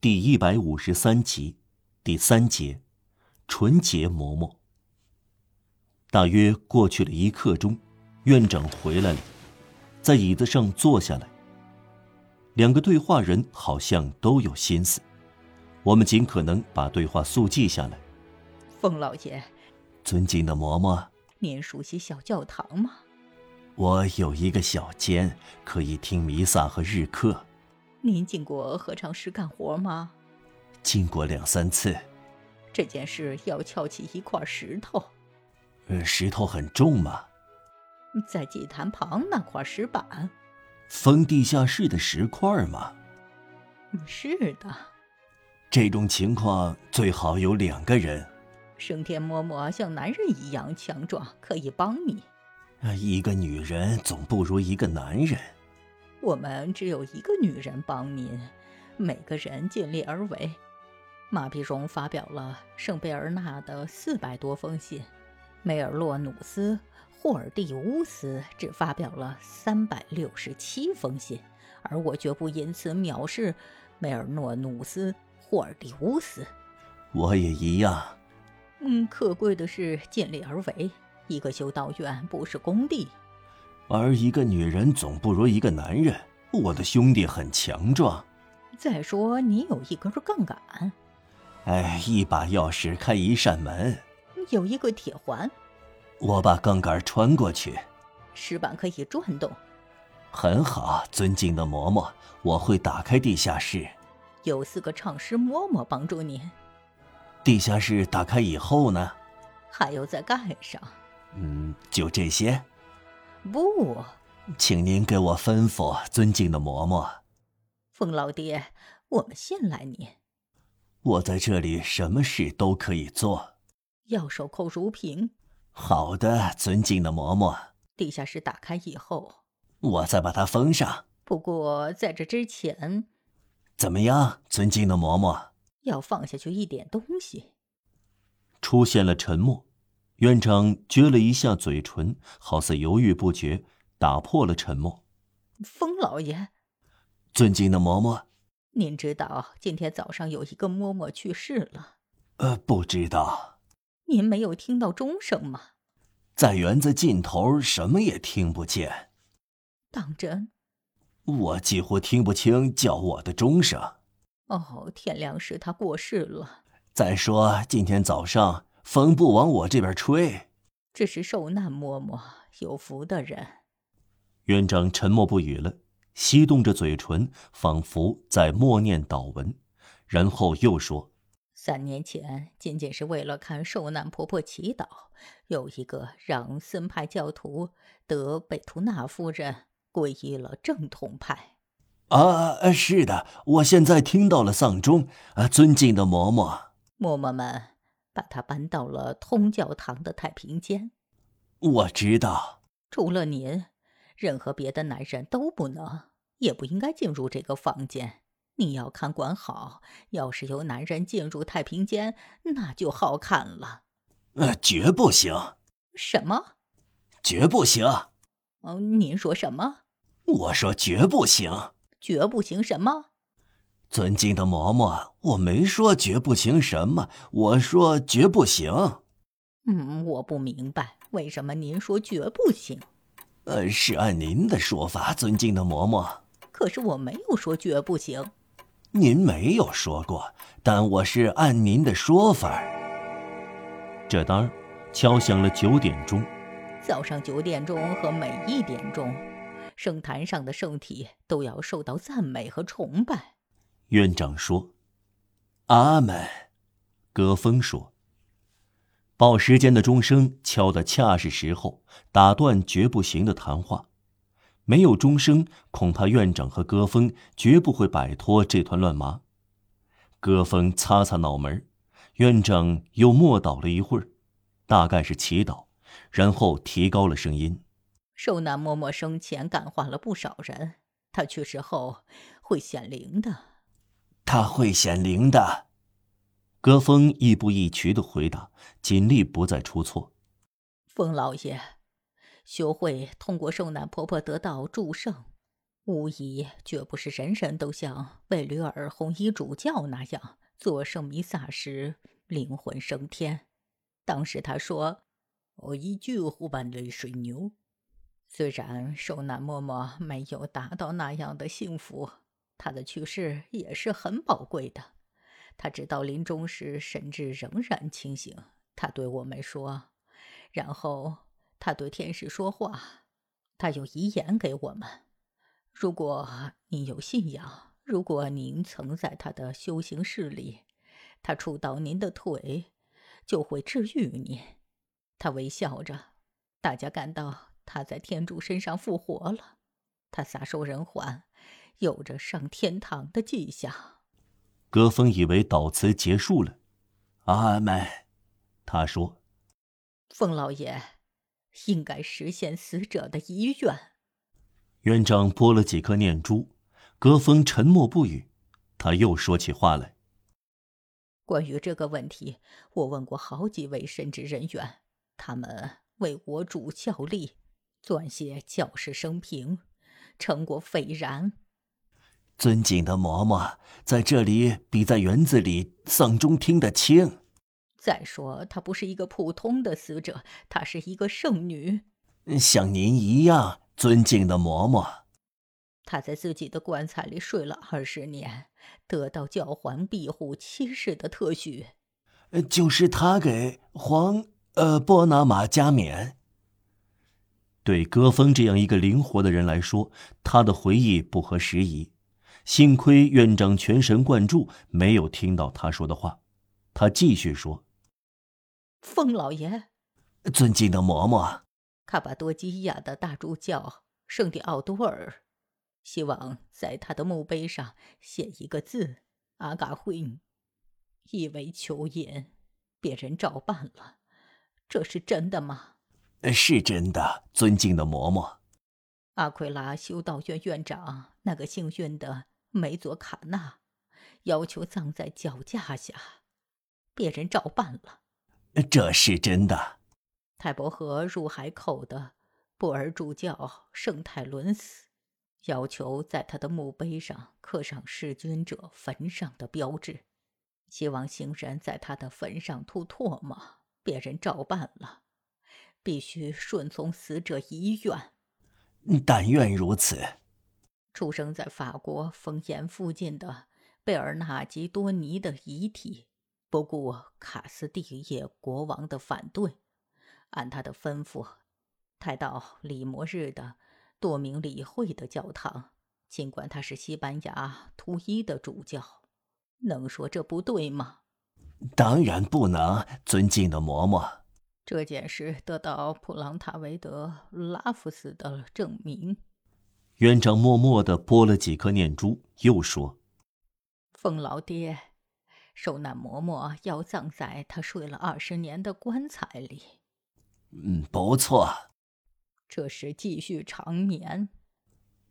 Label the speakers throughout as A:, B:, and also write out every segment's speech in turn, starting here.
A: 第一百五十三集第三节，纯洁嬷嬷。大约过去了一刻钟，院长回来了，在椅子上坐下来。两个对话人好像都有心思，我们尽可能把对话速记下来。
B: 冯老爷，
A: 尊敬的嬷嬷，
B: 您熟悉小教堂吗？
A: 我有一个小间，可以听弥撒和日课，
B: 您进过合唱师干活吗？
A: 进过两三次。
B: 这件事要撬起一块石头，
A: 呃，石头很重吗？
B: 在祭坛旁那块石板。
A: 封地下室的石块吗？
B: 嗯是的，
A: 这种情况最好有两个人，
B: 升天嬷嬷像男人一样强壮，可以帮你。
A: 呃一个女人总不如一个男人。
B: 我们只有一个女人帮您，每个人尽力而为。马皮荣发表了圣贝尔纳的四百多封信，梅尔洛努斯、霍尔蒂乌斯只发表了三百六十七封信，而我绝不因此藐视梅尔诺努斯、霍尔蒂乌斯。
A: 我也一样。
B: 嗯，可贵的是尽力而为。一个修道院不是工地，
A: 而一个女人总不如一个男人。我的兄弟很强壮，
B: 再说你有一根杠杆，
A: 哎，一把钥匙开一扇门，
B: 有一个铁环，
A: 我把杠杆穿过去，
B: 石板可以转动，
A: 很好，尊敬的嬷嬷，我会打开地下室。
B: 有四个唱诗嬷嬷帮助您，
A: 地下室打开以后呢？
B: 还有在盖上。
A: 嗯，就这些，
B: 不，
A: 请您给我吩咐，尊敬的嬷嬷。
B: 冯老爹，我们信赖你，
A: 我在这里什么事都可以做。
B: 要守口如瓶。
A: 好的，尊敬的嬷嬷，
B: 地下室打开以后，
A: 我再把它封上。
B: 不过在这之前
A: 怎么样，尊敬的嬷嬷？
B: 要放下去一点东西。
A: 出现了沉默。院长撅了一下嘴唇，好似犹豫不决，打破了沉默。
B: 冯老爷，
A: 尊敬的嬷嬷，
B: 您知道今天早上有一个嬷嬷去世了，
A: 呃，不知道，
B: 您没有听到钟声吗？
A: 在园子尽头什么也听不见，
B: 当真？
A: 我几乎听不清叫我的钟声。
B: 哦，天亮时他过世了，
A: 再说今天早上风不往我这边吹。
B: 这是受难嬷嬷，有福的人。
A: 院长沉默不语了，吸动着嘴唇，仿佛在默念祷文，然后又说
B: 三年前，仅仅是为了看受难婆婆祈祷，有一个让森派教徒德贝图纳夫人皈依了正统派。：“
A: 啊，呃是的，我现在听到了丧钟。啊，尊敬的嬷嬷，
B: 嬷嬷们把她搬到了通教堂的太平间，
A: 我知道。”
B: 除了您，任何别的男人都不能，也不应该进入这个房间。你要看管好，要是有男人进入太平间，那就好看了。
A: 呃，绝不行，
B: 什么？
A: 绝不行！
B: 嗯、您说什么？
A: 我说绝不行，
B: 绝不行什么？
A: 尊敬的嬷嬷，我没说绝不行什么，我说绝不行。
B: 嗯，我不明白为什么您说绝不行，
A: 呃，是按您的说法，尊敬的嬷嬷，
B: 可是我没有说绝不行。
A: 您没有说过，但我是按您的说法儿。这当儿敲响了九点钟，
B: 早上九点钟和每一点钟，圣坛上的圣体都要受到赞美和崇拜。
A: 院长说：“阿门。”戈峰说：“报时间的钟声敲得恰是时候，打断绝不行的谈话。没有钟声，恐怕院长和戈峰绝不会摆脱这团乱麻。”戈峰擦擦脑门儿，院长又默祷了一会儿，大概是祈祷，然后提高了声音。
B: 受难嬷嬷生前感化了不少人，她去世后会显灵的。
A: 他会显灵的。戈峰亦步亦趋的回答，尽力不再出错。
B: 冯老爷，修会通过受难婆婆得到祝圣，无疑绝不是人人都像卫吕尔红衣主教那样做圣弥撒时灵魂升天。当时他说：“我一句呼唤泪水牛。”虽然受难嬷嬷没有达到那样的幸福，她的去世也是很宝贵的。她直到临终时神志仍然清醒。她对我们说，然后她对天使说话，她有遗言给我们。如果你有信仰，如果您曾在他的修行室里，他触到您的腿，就会治愈你。他微笑着，大家感到他在天主身上复活了，他撒手人寰，有着上天堂的迹象。
A: 戈峰以为祷词结束了，阿门。他说
B: 凤老爷应该实现死者的遗愿。
A: 院长拨了几颗念珠，格峰沉默不语。他又说起话来。
B: 关于这个问题，我问过好几位神职人员，他们为我主效力，撰写教师生平，成果斐然。
A: 尊敬的嬷嬷，在这里比在园子里丧钟听得清。
B: 再说，她不是一个普通的死者，她是一个圣女。
A: 像您一样，尊敬的嬷嬷。
B: 她在自己的棺材里睡了二十年，得到教皇庇护七世的特许。
A: 呃就是他给皇呃波拿马加冕。对戈峰这样一个灵活的人来说，他的回忆不合时宜。幸亏院长全神贯注，没有听到他说的话。他继续说
B: 凤老爷，：“
A: 尊敬的嬷嬷，
B: 卡巴多基亚的大主教圣地奥多尔，希望在他的墓碑上写一个字“阿嘎惠”，意为求隐。别人照办了，这是真的吗？
A: 呃是真的，尊敬的嬷嬷。
B: 阿奎拉修道院院长那个幸运的梅佐卡纳，要求葬在脚架下，别人照办了。
A: 呃这是真的。
B: 泰伯河入海口的布尔主教圣泰伦斯，要求在他的墓碑上刻上弑君者坟上的标志，希望行人在他的坟上吐唾沫，别人照办了，必须顺从死者遗愿。
A: 但愿如此。
B: 出生在法国丰岩附近的贝尔纳吉多尼的遗体，不顾卡斯蒂业国王的反对，按他的吩咐，抬到里摩日的多明理会的教堂。尽管他是西班牙图伊的主教，能说这不对吗？
A: 当然不能，尊敬的嬷嬷。
B: 这件事得到普朗塔维德拉夫斯的证明。
A: 院长默默地拨了几颗念珠，又说
B: 凤老爹，受难嬷嬷要葬在他睡了二十年的棺材里，：“
A: 嗯，不错，
B: 这是继续长眠。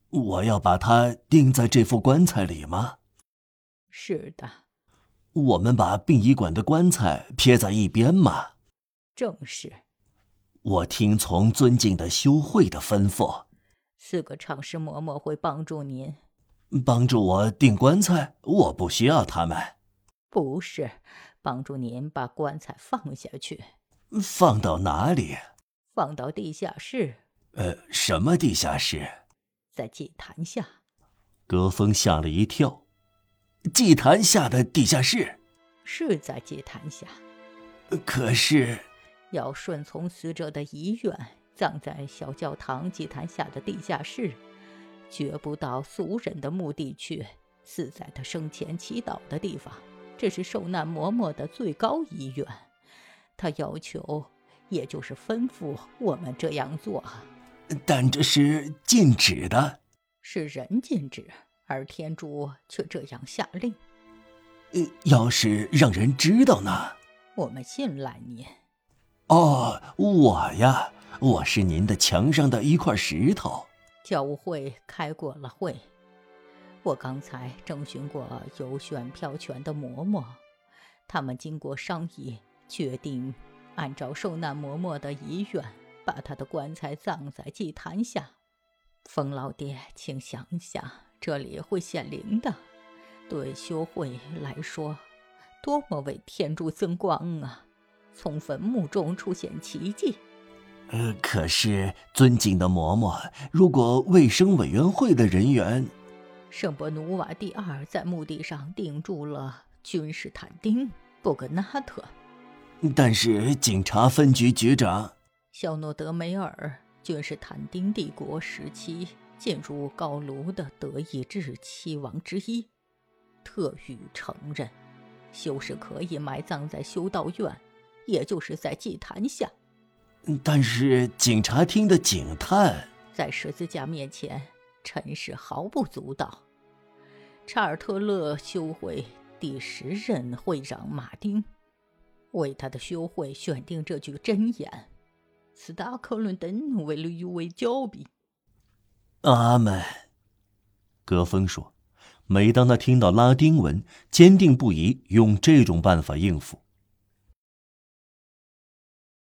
A: 我要把它钉在这副棺材里吗？
B: 是的，
A: 我们把殡仪馆的棺材撇在一边吗？
B: 正是。
A: 我听从尊敬的修会的吩咐，
B: 四个唱诗嬷嬷会帮助您。
A: 帮助我钉棺材。我不需要他们，
B: 不是，帮助您把棺材放下去，
A: 放到哪里？
B: 放到地下室，
A: 呃，什么地下室？
B: 在祭坛下。
A: 格峰吓了一跳，祭坛下的地下室。
B: 是在祭坛下，
A: 可是，
B: 要顺从死者的遗愿，葬在小教堂祭坛下的地下室，绝不到俗人的墓地去，死在他生前祈祷的地方。这是受难嬷嬷的最高遗愿，她要求，也就是吩咐我们这样做，
A: 但这是禁止的。
B: 是人禁止，而天主却这样下令。
A: 呃，要是让人知道呢？
B: 我们信赖您，
A: 哦，我呀，我是您的墙上的一块石头。
B: 教务会开过了会，我刚才征询过有选票权的嬷嬷，他们经过商议，决定按照受难嬷嬷的遗愿，把她的棺材葬在祭坛下。冯老爹，请想一想，这里会显灵的，对修会来说，多么为天助增光啊！从坟墓中出现奇迹，
A: 呃，可是尊敬的嬷嬷，如果卫生委员会的人员……
B: 圣伯努瓦第二在墓地上定住了君士坦丁·布格纳特。
A: 但是警察分局局长
B: 肖诺德梅尔君士坦丁帝国时期进入高卢的德意志七王之一，特予承认，修士可以埋葬在修道院，也就是在祭坛下，
A: 但是警察厅的警探
B: 在十字架面前，陈氏毫不足道。查尔特勒修会第十任会长马丁为他的修会选定这句箴言：“斯达克伦登为了于为交比。
A: 阿门。格芬说：“每当他听到拉丁文，坚定不移用这种办法应付。